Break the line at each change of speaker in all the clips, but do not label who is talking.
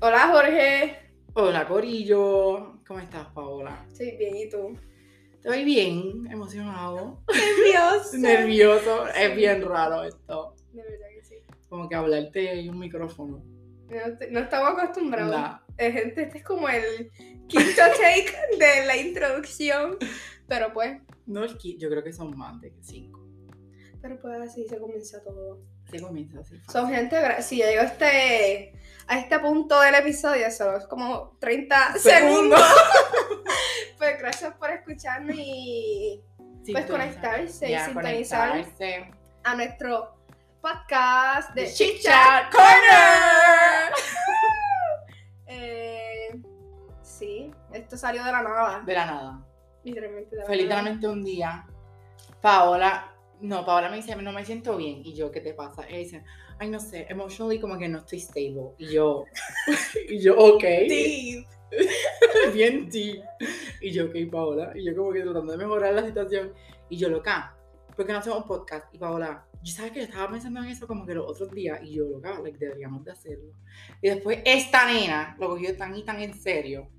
Hola Jorge,
Hola Corillo, ¿cómo estás Paola?
estoy bien y tú.
Estoy bien, emocionado,
Nervioso.
nervioso,
Sí.
es bien raro esto,
De verdad que sí.
como que hablarte en un micrófono.
No, te- no estaba acostumbrado.
Nah,
Eh, gente, este es como el quinto take de la introducción. Pero pues,
no es que yo creo que son más de cinco.
pero pues así se comenzó todo.
Se comienza así.
Son gente, gra- si ya llegó a este, a este punto del episodio, solo es como 30 segundos. Pues gracias por escucharnos y pues conectarse y sintonizar a nuestro podcast de
este Chit
Chit
Chat
Chat
Corner.
Corner. Eh, sí, esto salió de la nada.
De la nada.
Literalmente de la
Fue
nada.
literalmente un día, Paola, no, Paola me dice, no me siento bien. Y yo, ¿qué te pasa? Ella dice, ay, no sé, emotionally como que no estoy stable. Y yo, y yo, ok.
Sí.
bien ti. Y yo, ok, Paola. Y yo como que tratando de mejorar la situación. Y yo, loca, ¿por qué no hacemos un podcast? Y Paola, yo sabes que yo estaba pensando en eso como que los otros días. Y yo, loca, like, deberíamos de hacerlo. Y después esta nena lo cogió tan y tan en serio.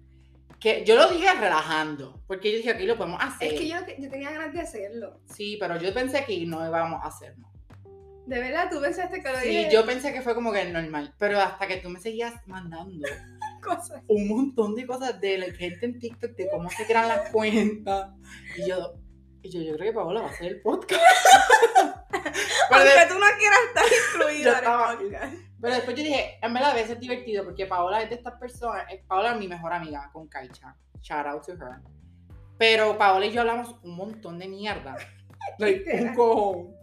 Que yo lo dije relajando. Porque yo dije, ok, lo podemos hacer.
Es que yo, yo tenía ganas de hacerlo.
Sí, pero yo pensé que no íbamos a hacerlo.
De verdad, tú pensaste que lo
Sí,
dije.
yo pensé que fue como que normal. Pero hasta que tú me seguías mandando
Cosas.
un montón de cosas de la gente en TikTok, de cómo se crean las cuentas. Y yo, y yo, yo creo que Paola va a hacer el podcast. pero, de-
Aunque tú no quieras estar
Yo
incluida en
estaba-
el podcast.
pero después yo dije, en verdad debe ser divertido porque Paola es de estas personas. eh, Paola es mi mejor amiga con Kaicha. Shout out to her. Pero Paola y yo hablamos un montón de mierda. Like, un
Literal.
cojón.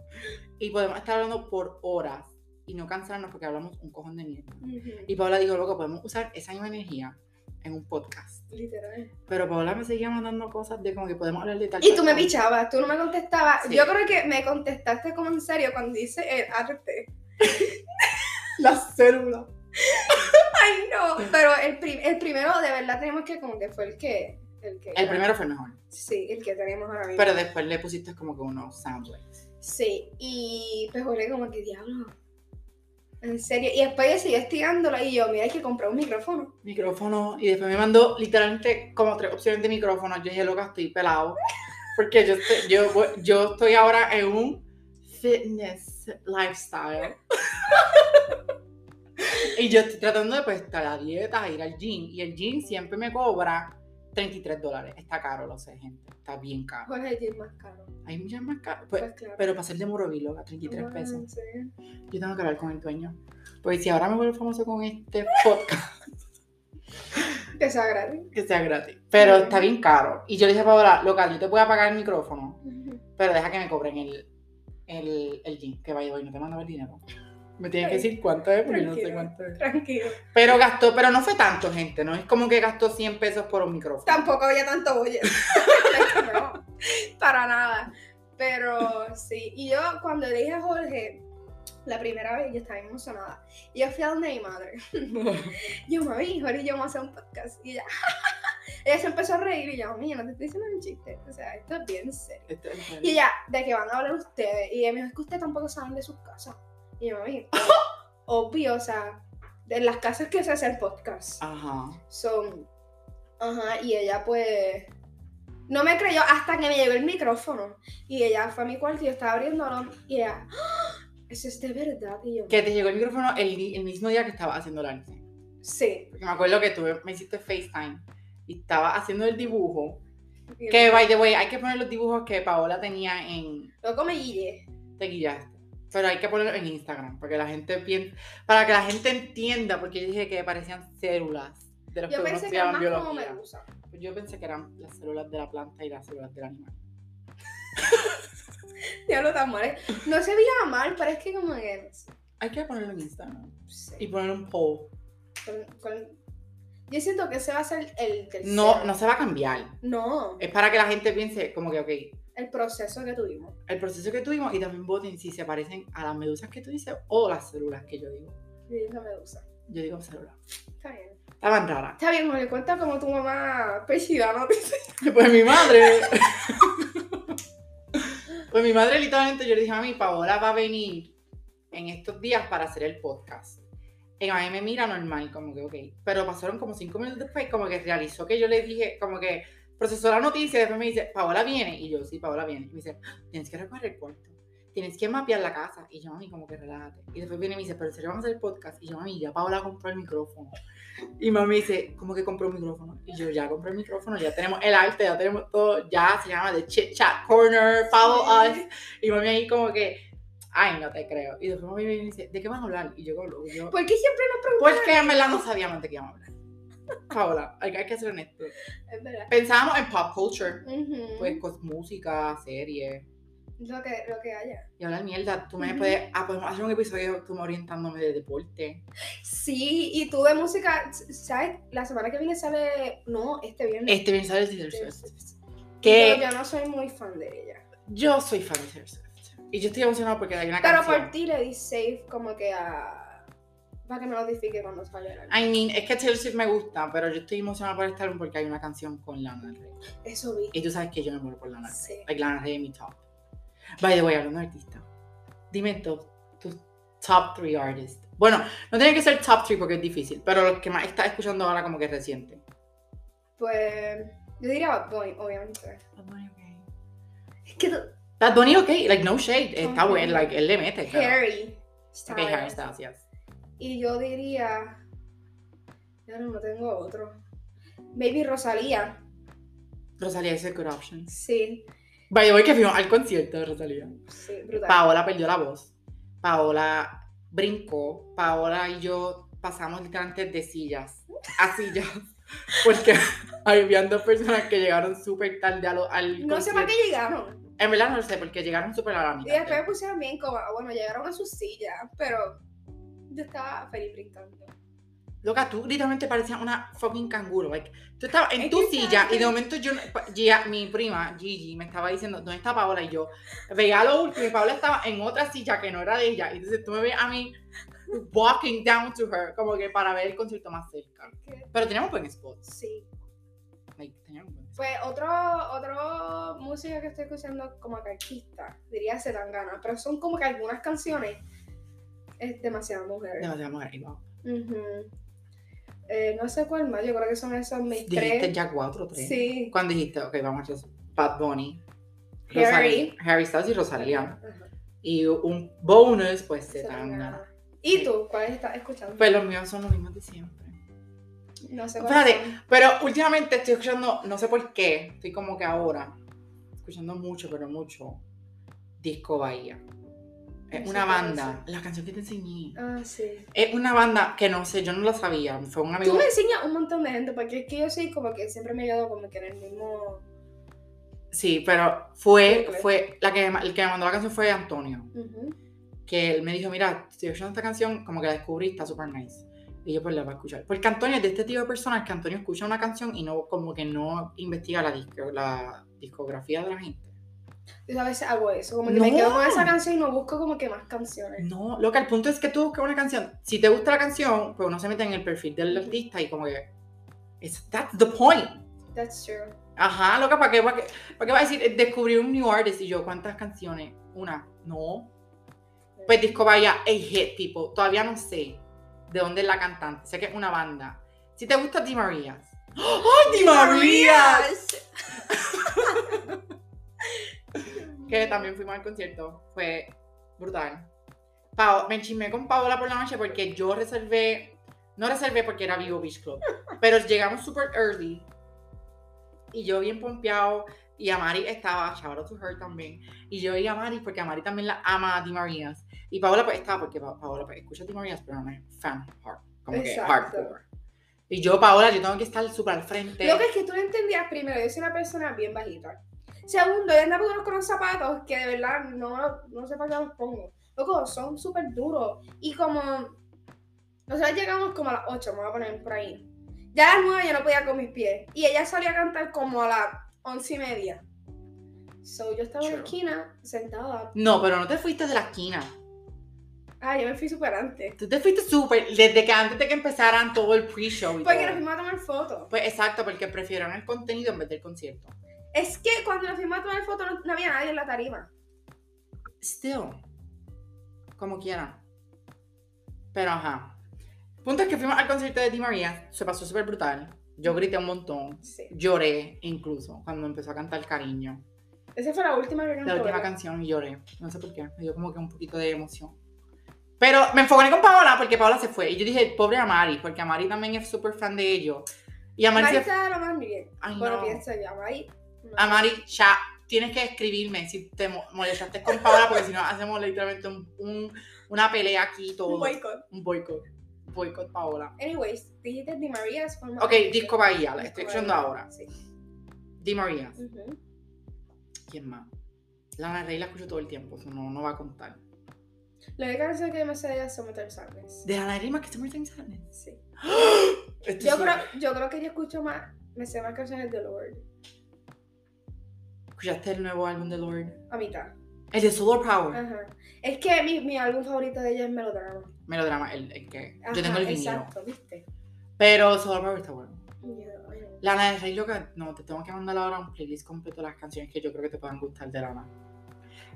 Y podemos estar hablando por horas y no cansarnos porque hablamos un cojón de mierda.
Ujú,
Y Paola dijo, loco, podemos usar esa misma energía en un podcast.
Literal.
Pero Paola me seguía mandando cosas de como que podemos hablar de tal.
Y tú me
persona.
pichabas, tú no me contestabas.
Sí.
Yo creo que me contestaste como en serio cuando dice el arte.
Las células.
Ay, no. Pero el, prim- el primero, de verdad, tenemos que como que fue el que. El, que
El primero fue el mejor.
Sí, el que tenemos ahora mismo.
Pero después le pusiste como que unos soundbites.
Sí, y pues Jorge como que diablo. En serio. Y después yo seguía estirándola y yo, mira, hay que comprar un micrófono.
Micrófono. Y después me mandó literalmente como tres opciones de micrófono. Yo dije, loca, estoy pelado. Porque yo estoy, yo, voy- yo estoy ahora en un fitness lifestyle. y yo estoy tratando de pues estar a dieta, ir al gym. Y el gym siempre me cobra 33 dólares. Está caro, lo sé, gente. Está bien caro.
Jorge Ah, es el más caro.
Hay muchas más caras.
Pues,
Pues,
claro.
Pero para ser de Morovilo, a 33
Ah,
pesos.
sí.
Yo tengo que hablar con el dueño. Porque si ahora me vuelvo famoso con este podcast,
Que sea gratis.
que sea gratis. Pero está bien caro. Y yo le dije a Paola, local, yo te voy a pagar el micrófono, pero deja que me cobren el, el, el jean, que vaya hoy, no te mandaba el dinero. Me tienen que
Ay,
decir cuánto es, porque yo no sé
tranquila.
cuánto es.
Tranquilo.
Pero gastó, pero no fue tanto, gente. No es como que gastó 100 pesos por un micrófono.
Tampoco había tanto oye. no, para nada. Pero sí. Y yo cuando le dije a Jorge, la primera vez yo estaba emocionada. Y yo fui a donde mi madre. yo, mami, Jorge y yo vamos a hacer un podcast. Y ella, ella se empezó a reír y yo, mami, yo no te estoy diciendo un chiste. O sea, esto es bien serio.
Esto Este es bueno.
Y ella, ¿de qué van a hablar ustedes? Y ella me dijo, es que ustedes tampoco saben de sus casas. Y yo, mami, obvio, o sea, de las casas que se hace el podcast.
Ah. Ajá.
So, ajá, y ella pues no me creyó hasta que me llegó el micrófono. Y ella fue a mi cuarto y yo estaba abriéndolo y ella, "¡Ah! eso es de verdad. Y yo,
Que te llegó el micrófono el, di- el mismo día que estaba haciendo la arte.
sí.
Porque me acuerdo que tú me hiciste FaceTime y estaba haciendo el dibujo.
Y yo,
Que, by the way, hay que poner los dibujos que Paola tenía en
Luego me guillé.
Te guillaste. Pero hay que ponerlos en Instagram, porque la gente pien- para que la gente entienda, porque yo dije que parecían células de los
Yo
que uno
pensé que era
estudiaba
más
en
como
biología.
medusa.
Pues yo pensé que eran las células de la planta y las células del animal.
Ya lo tan mal. ¿eh? No se veía mal, pero es que como que no sé.
Hay que ponerlo en Instagram y
sí,
poner un poll.
con- con- Yo siento que ese va a ser el tercero.
No, no se va a cambiar.
No,
Es para que la gente piense como que, ok,
el proceso que tuvimos.
el proceso que tuvimos y también voten si se parecen a las medusas que tú dices o las células que yo digo.
Y esa medusa.
Yo digo células.
Está bien.
Estaban raras.
Está bien, me cuenta como tu mamá pesida, ¿no?
Pues mi madre. pues mi madre literalmente yo le dije a mi Paola va a venir en estos días para hacer el podcast. Y mí me mira normal, como que, ok. Pero pasaron como cinco minutos después, como que realizó que yo le dije, como que procesó la noticia, y después me dice, Paola viene. Y yo, sí, Paola viene. Y me dice, "Ah, tienes que recorrer el cuarto. Tienes que mapear la casa. Y yo, mami, como que relájate. Y después viene y me dice, pero en serio vamos a hacer el podcast. Y yo, mami, ya Paola compró el micrófono. Y mami dice, ¿cómo que compró un micrófono? Y yo, ya compré el micrófono, ya tenemos el arte, ya tenemos todo. Ya se llama The Chit Chat Corner, follow us. Y mami ahí como que, ay, no te creo. Y después mami viene y dice, ¿de qué van a hablar? Y yo, como- yo
¿Por qué siempre nos preguntan?
porque en verdad no sabíamos de qué íbamos a hablar. Paola, hay, hay que ser honesto.
Es verdad.
Pensábamos en pop culture,
Ujú.
pues cos- música, series,
lo, que, lo que haya.
y hablar mierda. Tú me
Ujú.
puedes, ah, podemos hacer un episodio tú me orientándome de deporte.
Sí, y tú de música, ¿sabes? La semana que viene sale. No, este viernes.
Este bien sale Taylor
Taylor
Swift.
Yo,
Que
yo no soy muy fan de ella.
yo soy fan de Taylor Swift. Y yo estoy emocionada porque hay una
Pero
canción.
por ti le di save como que a. Para que me notifique cuando salga el álbum.
I mean, es que Taylor Swift me gusta, pero yo estoy emocionada por este álbum porque hay una canción con Lana Del Rey.
Eso vi.
Y tú sabes que yo me muero por Lana Del Rey.
Sí.
Like Lana Del Rey es mi top. By the way, hablando de artista, dime top, tus top 3 artists. Bueno, no tiene que ser top 3 porque es difícil, pero los que más estás escuchando ahora como que reciente.
Pues. Yo diría Bad Bunny, obviamente. Es que.
Bad Bunny, ok, like no shade, está
Ok.
bueno, like él le mete. Claro.
Harry.
Ok, Harry Styles, yes.
Y yo diría. Ya no, no tengo otro. Baby Rosalía.
Rosalía es el good option.
Sí,
By the way, que fuimos al concierto de Rosalía.
sí, brutal.
Paola perdió la voz. Paola brincó. Paola y yo pasamos literalmente de sillas a sillas. Porque habían dos personas que llegaron súper tarde a lo- al
no sé
concierto.
para qué llegaron.
En verdad no lo sé, porque llegaron súper a la
Y
mitad.
después me pusieron bien coma. Bueno, llegaron a sus sillas, pero yo estaba feliz brincando.
Loca, tú literalmente parecías una fucking canguro. like, tú estabas en
Es
tu
que
silla
estaba-
y de momento yo, pa- Gia- mi prima Gigi me estaba diciendo, ¿dónde está Paola? Y yo veía lo último y Paola estaba en otra silla que no era de ella. Y entonces tú me ves a mí walking down to her, como que para ver el concierto más cerca.
Que-
Pero teníamos buen spot.
Sí.
like, teníamos buen spot.
Pues otro, otro música que estoy escuchando como que artista, diría Zetangana, pero son como que algunas canciones es demasiado mujer.
Demasiada mujer. y wow.
Ujú. Eh, no sé cuál más, yo creo que son esos mis
Dijiste
tres.
ya cuatro o tres.
Sí.
Cuando dijiste, ok, vamos a hacer Bad Bunny,
Harry.
Rosalía- Harry Styles y Rosalía.
Ajá.
Y un bonus, pues, se dan.
Zetangana. ¿Y tú? ¿Cuál estás escuchando?
Pues los míos son los mismos de siempre.
no sé
espérate.
son.
Pero últimamente estoy escuchando, no sé por qué, estoy como que ahora escuchando mucho, pero mucho, Disco Bahía. Es
No
una
sé cuál es
banda, la canción que te enseñé.
Ah, sí.
Es una banda que no sé, yo no la sabía, fue un
Tú
amigo.
me enseñas un montón de gente, porque es que yo soy como que siempre me he quedado como que en el mismo...
Sí, pero fue,
Ok.
fue, la que, el que me mandó la canción fue Antonio.
Ujú.
que él me dijo, mira, estoy escuchando esta canción, como que la descubrí, está super nice. Y yo pues la voy a escuchar. Porque Antonio es de este tipo de personas que Antonio escucha una canción y no como que no investiga la, disco- la discografía de la gente.
Yo a veces hago eso, como que
No.
me quedo con esa canción y no busco como que más canciones.
No, lo que el punto es que tú buscas una canción. Si te gusta la canción, pues uno se mete en el perfil del
Ujú.
artista y como que... it's- that's the point.
That's true.
Ajá, loca, ¿para qué, para, qué, ¿para qué va a decir eh, descubrí un new artist? Y yo, ¿cuántas canciones? Una, no. Pues disco vaya a hit, people. Todavía no sé de dónde es la cantante. Sé que es una banda. Si te gusta Di Marías. ¡Oh, Di Marías! Que también fuimos al concierto. Fue brutal. Pao- me chismé con Paola por la noche porque yo reservé. No reservé porque era Vivo Beach Club. Pero llegamos super early. Y yo bien pompeado. Y Amari estaba, shout out to her también. Y yo y Amari, porque Amari también la ama a Di Marías. Y Paola pues estaba, porque Pa- Paola pues, escucha a Di Marías, pero no es fan hard. Como
Exacto.
que hardcore. Y yo, Paola, yo tengo que estar súper al frente.
Lo que es que tú no entendías primero, yo soy una persona bien bajita. Segundo, yo andaba con unos- con unos zapatos que de verdad no, no sé para qué los pongo. Loco, son súper duros. Y como nosotros llegamos como a las 8, me voy a poner por ahí. Ya a las 9 yo no podía con mis pies. Y ella salió a cantar como a las 11 y media. So yo estaba en la
True.
esquina sentada.
No, pero no te fuiste de la esquina.
Ah, yo me fui súper antes.
Tú te fuiste súper, desde que antes de que empezaran todo el pre-show. y
Porque nos
todo.
fuimos a tomar fotos.
Pues exacto, porque prefirieron el contenido en vez del concierto.
Es que cuando nos fuimos a tomar fotos no, no había nadie en la tarima.
Still, como quieran. Pero ajá. Punto es que fuimos al concierto de Di María, se pasó súper brutal. Yo grité un montón,
Sí.
lloré incluso cuando empezó a cantar Cariño.
Esa fue la última que
La
cantó,
última
¿verdad?
canción lloré, no sé por qué, me dio como que un poquito de emoción. Pero me enfoqué con Paola porque Paola se fue. Y yo dije, pobre Amari, porque Amari también es súper fan de ellos. Y Amari
Mari
se fue.
está de lo más bien.
Ay,
Bueno,
no. Ah,
pienso yo, Mari. no.
Amari, ya tienes que escribirme si te mo- molestaste con Paola, porque si no hacemos literalmente un, un- una pelea aquí y todo.
Un boicot.
Un boicot. Boicot Paola.
Anyways, dijiste Di María es forma.
Ok, disco Bahía, la estoy echando ahora.
Sí.
Di María.
Ujú.
¿Quién más? Lana Rey la escucho todo el tiempo, eso no, no va a contar.
La única canción que me sé de ella es Summertime Sadness.
De Lana Rey más que Summertime Sadness.
Sí.
Esto
Yo
sí.
creo, yo creo que yo escucho más, me sé más canciones de Lord.
¿Escuchaste el nuevo álbum de Lord?
A mitad.
El de Solar Power.
Ajá. Es que mi, mi álbum favorito de ella es Melodrama.
Melodrama, el, el que.
Ajá,
yo tengo el vinilo.
Exacto, ¿viste?
Pero Solar Power está bueno.
Yo- ay, no.
Lana del Rey, loca, no, te tengo que mandar ahora un playlist completo de las canciones que yo creo que te puedan gustar de Lana.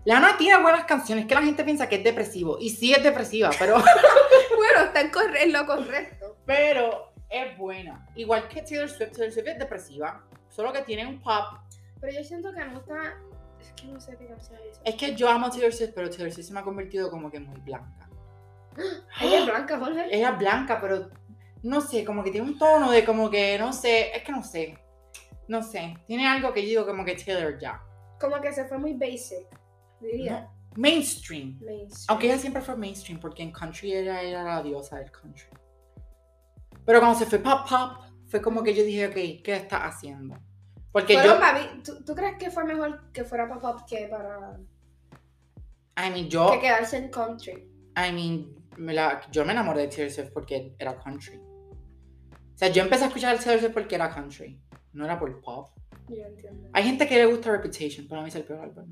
Lana tiene buenas canciones que la gente piensa que es depresivo. Y sí es depresiva, pero,
Bueno, está en, corre- en lo correcto.
pero es buena. Igual que Taylor Swift, Taylor Swift es depresiva. Solo que tiene un pop.
Pero yo siento que me gusta. Es que no sé qué canción es.
Es que yo amo a Taylor Swift, pero Taylor Swift se me ha convertido como que muy blanca.
Ella es blanca, Jorge.
Ella es blanca, pero no sé, como que tiene un tono de como que, no sé, es que no sé. No sé, tiene algo que yo digo como que Taylor ya.
Como que se fue muy basic, diría.
No, mainstream.
Mainstream.
Aunque ella siempre fue mainstream, porque en country era, era la diosa del country. Pero cuando se fue pop pop, fue como que yo dije, ok, ¿qué está haciendo? Porque
Fueron
yo,
pavi- ¿tú, tú crees que fue mejor que fuera para pop que para
I mean, yo,
que quedarse en country?
I mean, me la- yo me enamoré de Taylor Swift porque era country. O sea, yo empecé a escuchar Taylor Swift porque era country, no era por pop.
Yo entiendo.
Hay gente que le gusta Reputation, para mí es el peor álbum.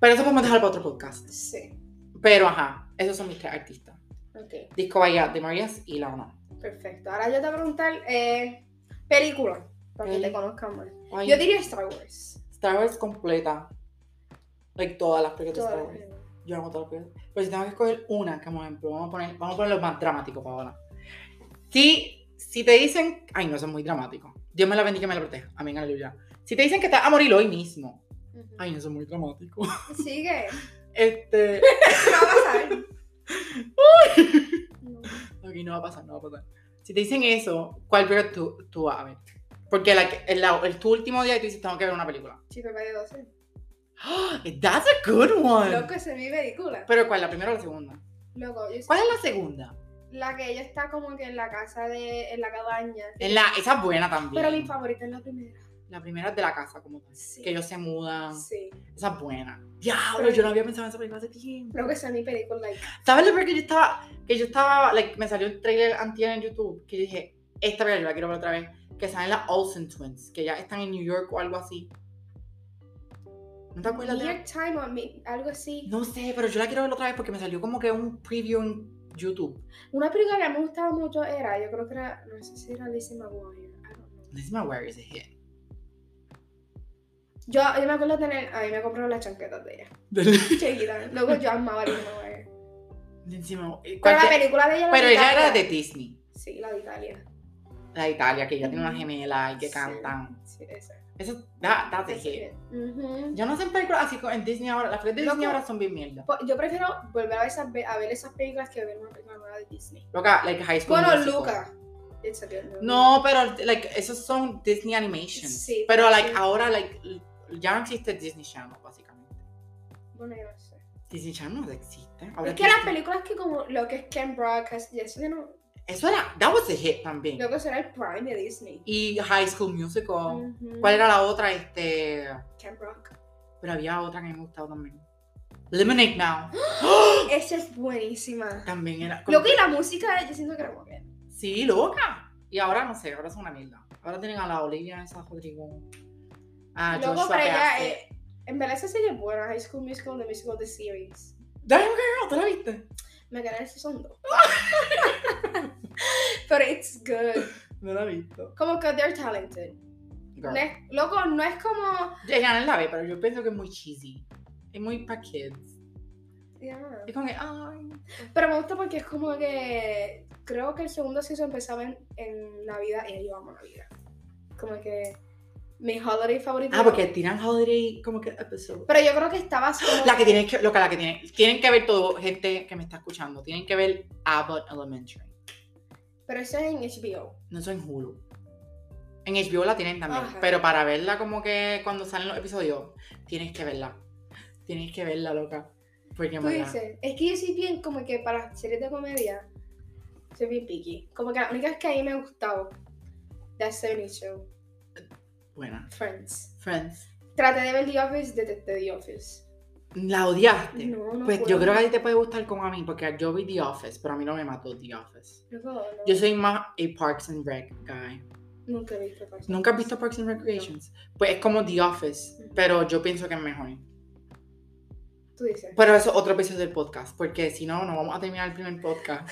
Pero eso podemos dejar para otro podcast.
Sí.
Pero ajá, esos son mis tres artistas.
Ok,
Disco Bahía, de Marías y Lana.
perfecto. Ahora yo te voy a preguntar eh, película, para que
Peli-
te conozcan más.
Ay,
Yo diría Star Wars.
Star Wars completa. Like todas las películas de
Todas
Star
las
Wars.
películas.
Yo amo todas las películas. Pero si tengo que escoger una, que por ejemplo, vamos a poner, vamos a poner lo más dramático, Paola. Si, si te dicen, ay no, eso es muy dramático. Dios me la bendiga y me la proteja. Amén, aleluya. Si te dicen que estás a morir hoy mismo.
Ujú.
Ay, no, eso es muy dramático.
Sigue.
Este,
No va a saber. No.
ok, no va a pasar, no va a pasar. Si te dicen eso, ¿cuál película tú, tú vas a ver? Porque la que- el, la- el- tu último día y tú dices, tengo que ver una película.
Chico, calle 12.
That's a good one.
Loco, esa es mi película.
Pero ¿cuál? ¿La primera o la segunda?
Loco, yo
¿Cuál es la segunda?
La que ella está como que en la casa de. en la cabaña.
Es la, esa es buena también.
Pero mi favorita es la primera.
La primera es de la casa, como tal.
Sí.
Que ellos se mudan.
Sí.
Esa es buena. Diablo, yo no había pensado en esa película hace tiempo.
Creo que esa es mi película. like,
¿Sabes lo peor que yo estaba? Que yo estaba, like, me salió el trailer antier en YouTube. Que yo dije, esta película yo la quiero ver otra vez. Que salen las Olsen Twins. Que ya están en New York o algo así. ¿No te acuerdas de la-
Year Time on Me, algo así.
No sé, pero yo la quiero ver otra vez porque me salió como que un preview en YouTube.
Una película que me gustaba mucho era, yo creo que era, no sé si era Lizzie McGuire. I don't know.
This is my where is a hit.
Yo, yo me acuerdo tener, a mí me compraron las chanquetas de ella. Chiquita. Luego yo amaba a Lizzie McGuire.
Encima,
Pero la
cualquier-
película de ella la
pero
de
ella
Italia.
era de Disney.
Sí, la de Italia.
La de Italia, que ella tiene una gemela y que
Sí.
cantan.
Sí, esa.
Eso, da, da de
Esa
hit.
es. Ujú.
Yo no sé en películas así como en Disney ahora. Las películas de
Loco.
Disney ahora son bien mierda.
Po- Pues Yo prefiero volver a, esas, a ver esas películas que ver una película nueva de Disney.
Loca, like High School
Bueno,
Musical.
Luca. It's a good movie.
No, pero like, esos son Disney Animations.
Sí.
Pero like ah.
sí.
ahora, like, ya no existe Disney Channel, básicamente.
Bueno, yo no sé.
Disney Channel no existe. Ahora
Es que las
existe-
películas que como lo que es Ken Broadcast y eso yo no.
Eso era, that was a hit también.
Creo que eso era el prime de Disney.
Y High School Musical.
Ujú.
¿Cuál era la otra? Este,
Camp Rock.
pero había otra que me gustaba también. Lemonade Now.
Esa es buenísima.
También era. como-
Lo que la música, yo siento que era muy bien.
Sí, loca. Y ahora no sé, ahora es una mierda. Ahora tienen a la Olivia, esa Rodrigo. A
Luego
Ah, Joshua
para ella,
Bassett.
eh, en verdad esa serie es buena, High School Musical, The Musical, The Series.
Damn girl, ¿tú la viste?
Me gané el son dos. Pero it's good.
No la he visto.
Como que they're talented. No
Girl.
es- loco, no es como...
Ella no la ve, pero yo pienso que es muy cheesy. Es muy para kids.
Yeah.
Es como que, ay.
Pero me gusta porque es como que creo que el segundo season empezaba en, en Navidad y yo amo Navidad. Como que mi holiday favorito.
Ah, porque tiran Holiday como que episode.
Pero yo creo que estaba así como
La que tienen que, loca, la que tienen, tienen que ver todo, gente que me está escuchando, tienen que ver Abbott Elementary.
Pero eso es en HBO.
No eso en Hulu. En HBO la tienen también,
Ajá.
pero para verla como que cuando salen los episodios, tienes que verla. Tienes que verla, loca. Porque en
Tú
verdad,
dices, es que yo soy bien como que para series de comedia, soy bien picky. Como que la única que a mí me ha gustado, That 70 Show,
buena.
Friends.
Friends,
Traté de ver The Office, detesté The Office.
la odiaste.
No, no
pues
puedo.
yo creo que a ti te puede gustar como a mí, porque yo vi The Office, pero a mí no me mató The Office.
No puedo, no.
Yo soy más a Parks and Rec guy.
Nunca he visto Parks and
¿Nunca has
Rec.
visto Parks and Recreations? Pues es como The Office, pero yo pienso que es mejor.
Tú dices.
Pero eso es otro episodio del podcast, porque si no, no vamos a terminar el primer podcast.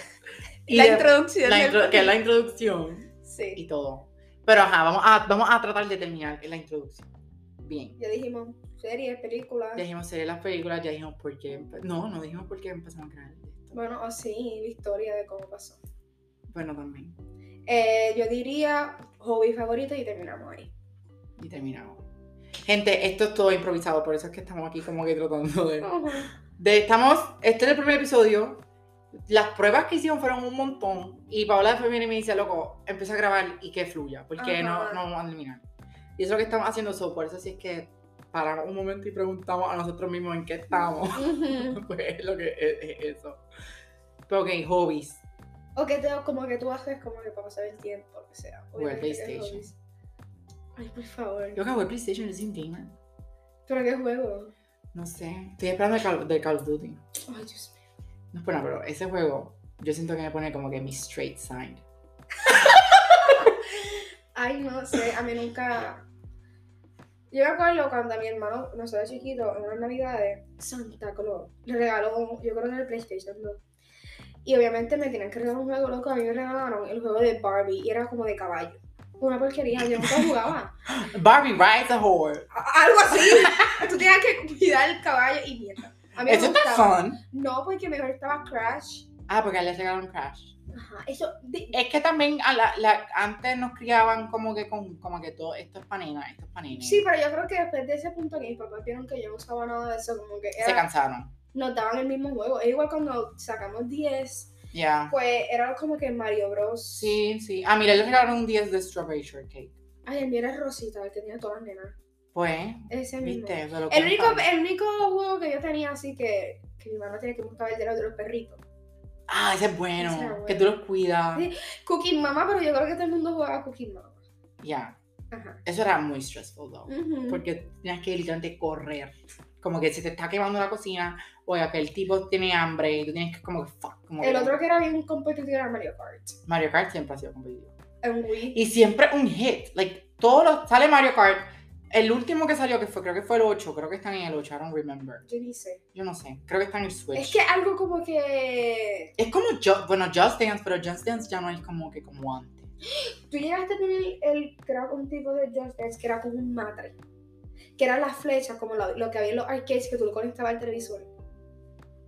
Y
la
de-
introducción.
la
del
intro- que es
podcast.
la introducción
Sí.
y todo. Pero ajá, vamos a, vamos a tratar de terminar la introducción. Bien.
Ya dijimos series, películas.
Ya dijimos series las películas, ya dijimos por qué. empe- No, no dijimos por qué empezamos a crear esto.
Bueno, o sí, la historia de cómo pasó.
Bueno, también.
Eh, yo diría hobby favorito y terminamos ahí.
Y terminamos. Gente, esto es todo improvisado, por eso es que estamos aquí como que tratando de... de- estamos, este es el primer episodio. Las pruebas que hicieron fueron un montón. Y Paola después viene y me dice, loco, empieza a grabar y que fluya, porque no,
Ajá.
no vamos a terminar. Y eso es lo que estamos haciendo, so, por eso sí es que paramos un momento y preguntamos a nosotros mismos en qué estamos.
Ujú.
pues es lo que es, es eso. Pero ok, hobbies.
o que te- como que tú haces como que para pasar el tiempo, lo que sea.
Jugar
Obviamente que
PlayStation.
hobbies. Ay, por favor.
Yo que jugué PlayStation es un gamer.
¿Pero qué juego?
No sé. Estoy esperando el Call, del Call of Duty.
Ay, Dios mío.
No, bueno, pero ese juego yo siento que me pone como que mi straight side.
Ay, no sé, a mí nunca... Yo me acuerdo cuando a mi hermano, nos era chiquito, en unas navidades, Santa Claus le regaló, un- yo creo que era el PlayStation 2. Y obviamente me tenían que regalar un juego loco, a mí me regalaron el juego de Barbie y era como de caballo. Una porquería, yo nunca jugaba.
Barbie rides a whore.
A- Algo así. Tú tenías que cuidar el caballo y mierda. A mí me
Eso está
gustaba.
fun.
No, porque mejor estaba Crash.
Ah, porque le regalaron Crash.
Ajá, eso... de-
Es que también a la- la- antes nos criaban como que con como que todo esto es panina, esto es panina.
Sí, pero yo creo que después de ese punto que mis papás vieron que yo no usaba nada de eso, como que
Se
era,
cansaron.
nos daban el mismo juego. Es igual cuando sacamos 10,
Ya.
pues era como que Mario Bros.
Sí, sí. Ah, mira, le regalaron un 10 de Strawberry Shortcake.
Ay, el mío era Rosita, el que tenía todas las nenas.
Pues,
Ese mismo.
viste, se lo
El único,
compran.
el único juego que yo tenía así que, que mi mamá tenía que buscar el de los perritos.
Ah, ese es bueno.
Ese era
Que tú los cuidas.
Sí. Cookie Mama, pero yo creo que todo el mundo jugaba Cookie Mama.
Ya.
Ajá.
Eso era muy stressful, though.
Ujú.
Porque tenías que literalmente correr. Como que se te está quemando la cocina, o aquel tipo tiene hambre y tú tienes que como que fuck. Como
El
que-
otro que era bien competitivo era Mario Kart.
Mario Kart siempre ha sido competitivo.
En Wii.
Y siempre un hit. Like, todos los. Sale Mario Kart. El último que salió, que fue, creo que fue el 8, creo que están en el 8, I don't remember.
Yo ni sé.
Yo no sé, creo que está en el Switch.
Es que algo como que.
Es como, Ju- bueno, Just Dance, pero Just Dance ya no es como que como antes.
Tú llegaste a tener el, el- que era un tipo de Just Dance que era como un matre. Que eran las flechas, como lo, lo que había en los arcades que tú lo conectabas al televisor.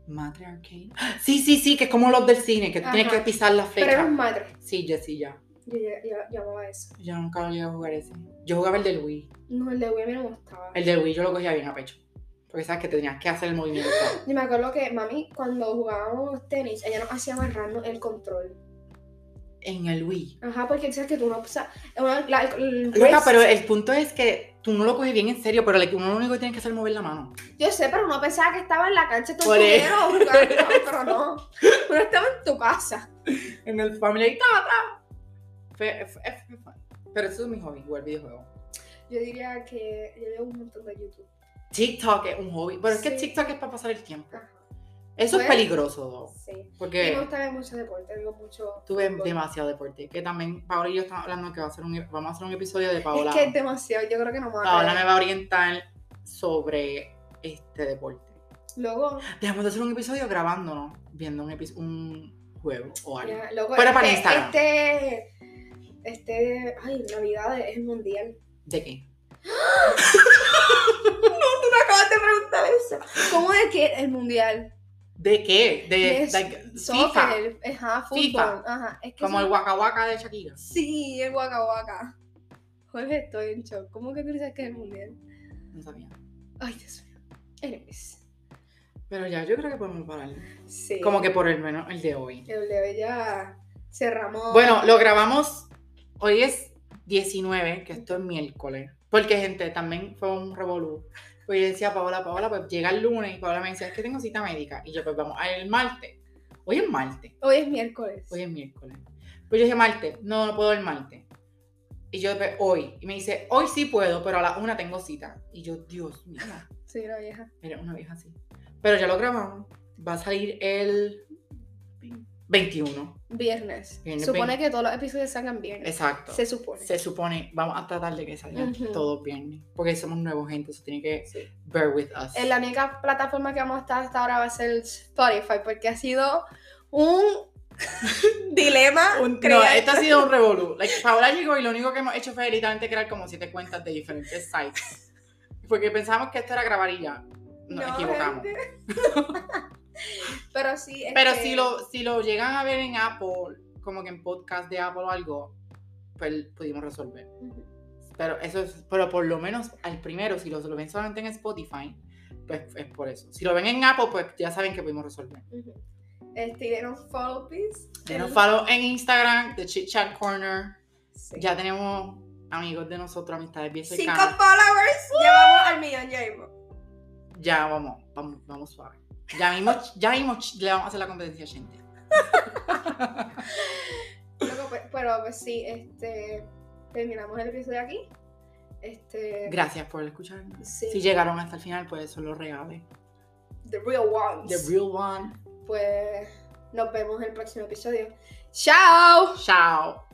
Madre Arcade. ¡Ah! Sí, sí, sí, que es como los del cine, que tú tienes
Ajá.
que pisar la
Pero era
flecha.
un matre.
Sí, ya, sí, ya.
Yo, yo, yo llamaba eso.
Yo nunca lo llegué a jugar ese. Yo jugaba el del Wii.
No, el de Wii a mí no me gustaba.
El del Wii yo lo cogía bien a pecho. Porque sabes que tenías que hacer el movimiento.
Y me acuerdo que mami, cuando jugábamos tenis, ella nos hacía amarrarnos el control.
En el Wii.
Ajá, porque sabes que tú no. O sea, una- la- el- el
Loca,
wrist-
pero el punto es que tú no lo coges bien en serio, pero like, uno lo único que tiene que hacer es mover la mano.
Yo sé, pero uno pensaba que estaba en la cancha de tu
Por eso.
jugando, pero no. Uno estaba en tu casa.
en el family ahí, ta, ta. Fue, fue- fue fun. Pero eso es mi hobby, jugar videojuegos.
Yo diría que yo veo un montón de YouTube.
TikTok es un hobby, pero es que
Sí.
TikTok es para pasar el tiempo.
Ajá,
Eso
Bueno.
es peligroso, though,
sí. Y me
porque
gusta ver mucho deporte, digo mucho.
tuve
fútbol.
demasiado deporte. Que también Paola y yo estamos hablando que va a hacer un, vamos a hacer un episodio de Paola.
Es que es demasiado, yo creo que no me va a
Paola me
caer.
va a orientar sobre este deporte.
Luego,
Dejamos de hacer un episodio grabándonos, viendo un, epi- un juego o algo.
ya, luego
Fuera para
este,
Instagram.
este, este, ay, Navidad es el mundial.
¿De qué?
Tú me acabas de preguntar eso. ¿Cómo de qué el mundial?
¿De qué? De,
Es
like, FIFA.
Soccer, ajá, fútbol,
FIFA.
ajá. Es que
Como
son-
el Waka Waka de Shakira.
Sí, el Waka Waka. Jorge, estoy en shock. ¿Cómo que tú dices que es el mundial?
No sabía.
Ay, Dios mío. Anyways.
Pero ya, yo creo que podemos parar.
Sí.
Como que por el menos el de hoy.
El de ya cerramos.
Bueno, lo grabamos. Hoy es 19, que esto es miércoles. Porque, gente, también fue un revolú. Pues yo decía, Paola, Paola, pues llega el lunes. Y Paola me decía, es que tengo cita médica. Y yo, pues vamos, el martes. Hoy es martes.
Hoy es miércoles.
Hoy es miércoles. Pues yo dije, martes. No, no puedo el martes. Y yo, pues, hoy. Y me dice, hoy sí puedo, pero a la una tengo cita. Y yo, Dios mío.
Soy una vieja.
Era una vieja así. Pero ya lo grabamos. Va a salir el 21.
Viernes.
Viernes,
supone
veinte.
que todos los episodios salgan viernes.
Exacto.
Se supone.
se supone, vamos a tratar de que salga
Ujú.
todo bien, porque somos nuevos gente, eso tiene que
Sí.
bear with us.
Eh, La única plataforma que vamos a estar hasta ahora va a ser Spotify, porque ha sido un dilema.
Un- no,
crear-
esto ha sido un revolú. Like, Paola llegó y lo único que hemos hecho fue literalmente crear como siete cuentas de diferentes sites. Porque pensamos que esto era grabar y ya. Nos
No,
equivocamos.
gente. Pero sí.
Pero
este,
si lo, si lo llegan a ver en Apple, como que en podcast de Apple o algo, pues pudimos resolver.
Ujú.
Pero eso es, pero por lo menos al primero, si lo, lo ven solamente en Spotify, pues es por eso. Si lo ven en Apple, pues ya saben que pudimos resolver.
Ujú. Este, y denos follow, please.
Denos
Sí.
follow en Instagram, The Chit Chat Corner.
Sí.
Ya tenemos amigos de nosotros, amistades bien
Cinco
cercanas.
followers.
Uh.
Llevamos al millón, ya mismo.
Ya vamos, vamos, vamos suave. Ya mismo, ya mismo ch- le vamos a hacer la competencia a gente.
Loco, pe- pero pues sí, este. Terminamos el episodio aquí. Este.
Gracias por escucharnos.
sí,
Si llegaron hasta el final, pues son los reales.
The real ones.
The real one.
Pues nos vemos en el próximo episodio. ¡Chao!
Chao.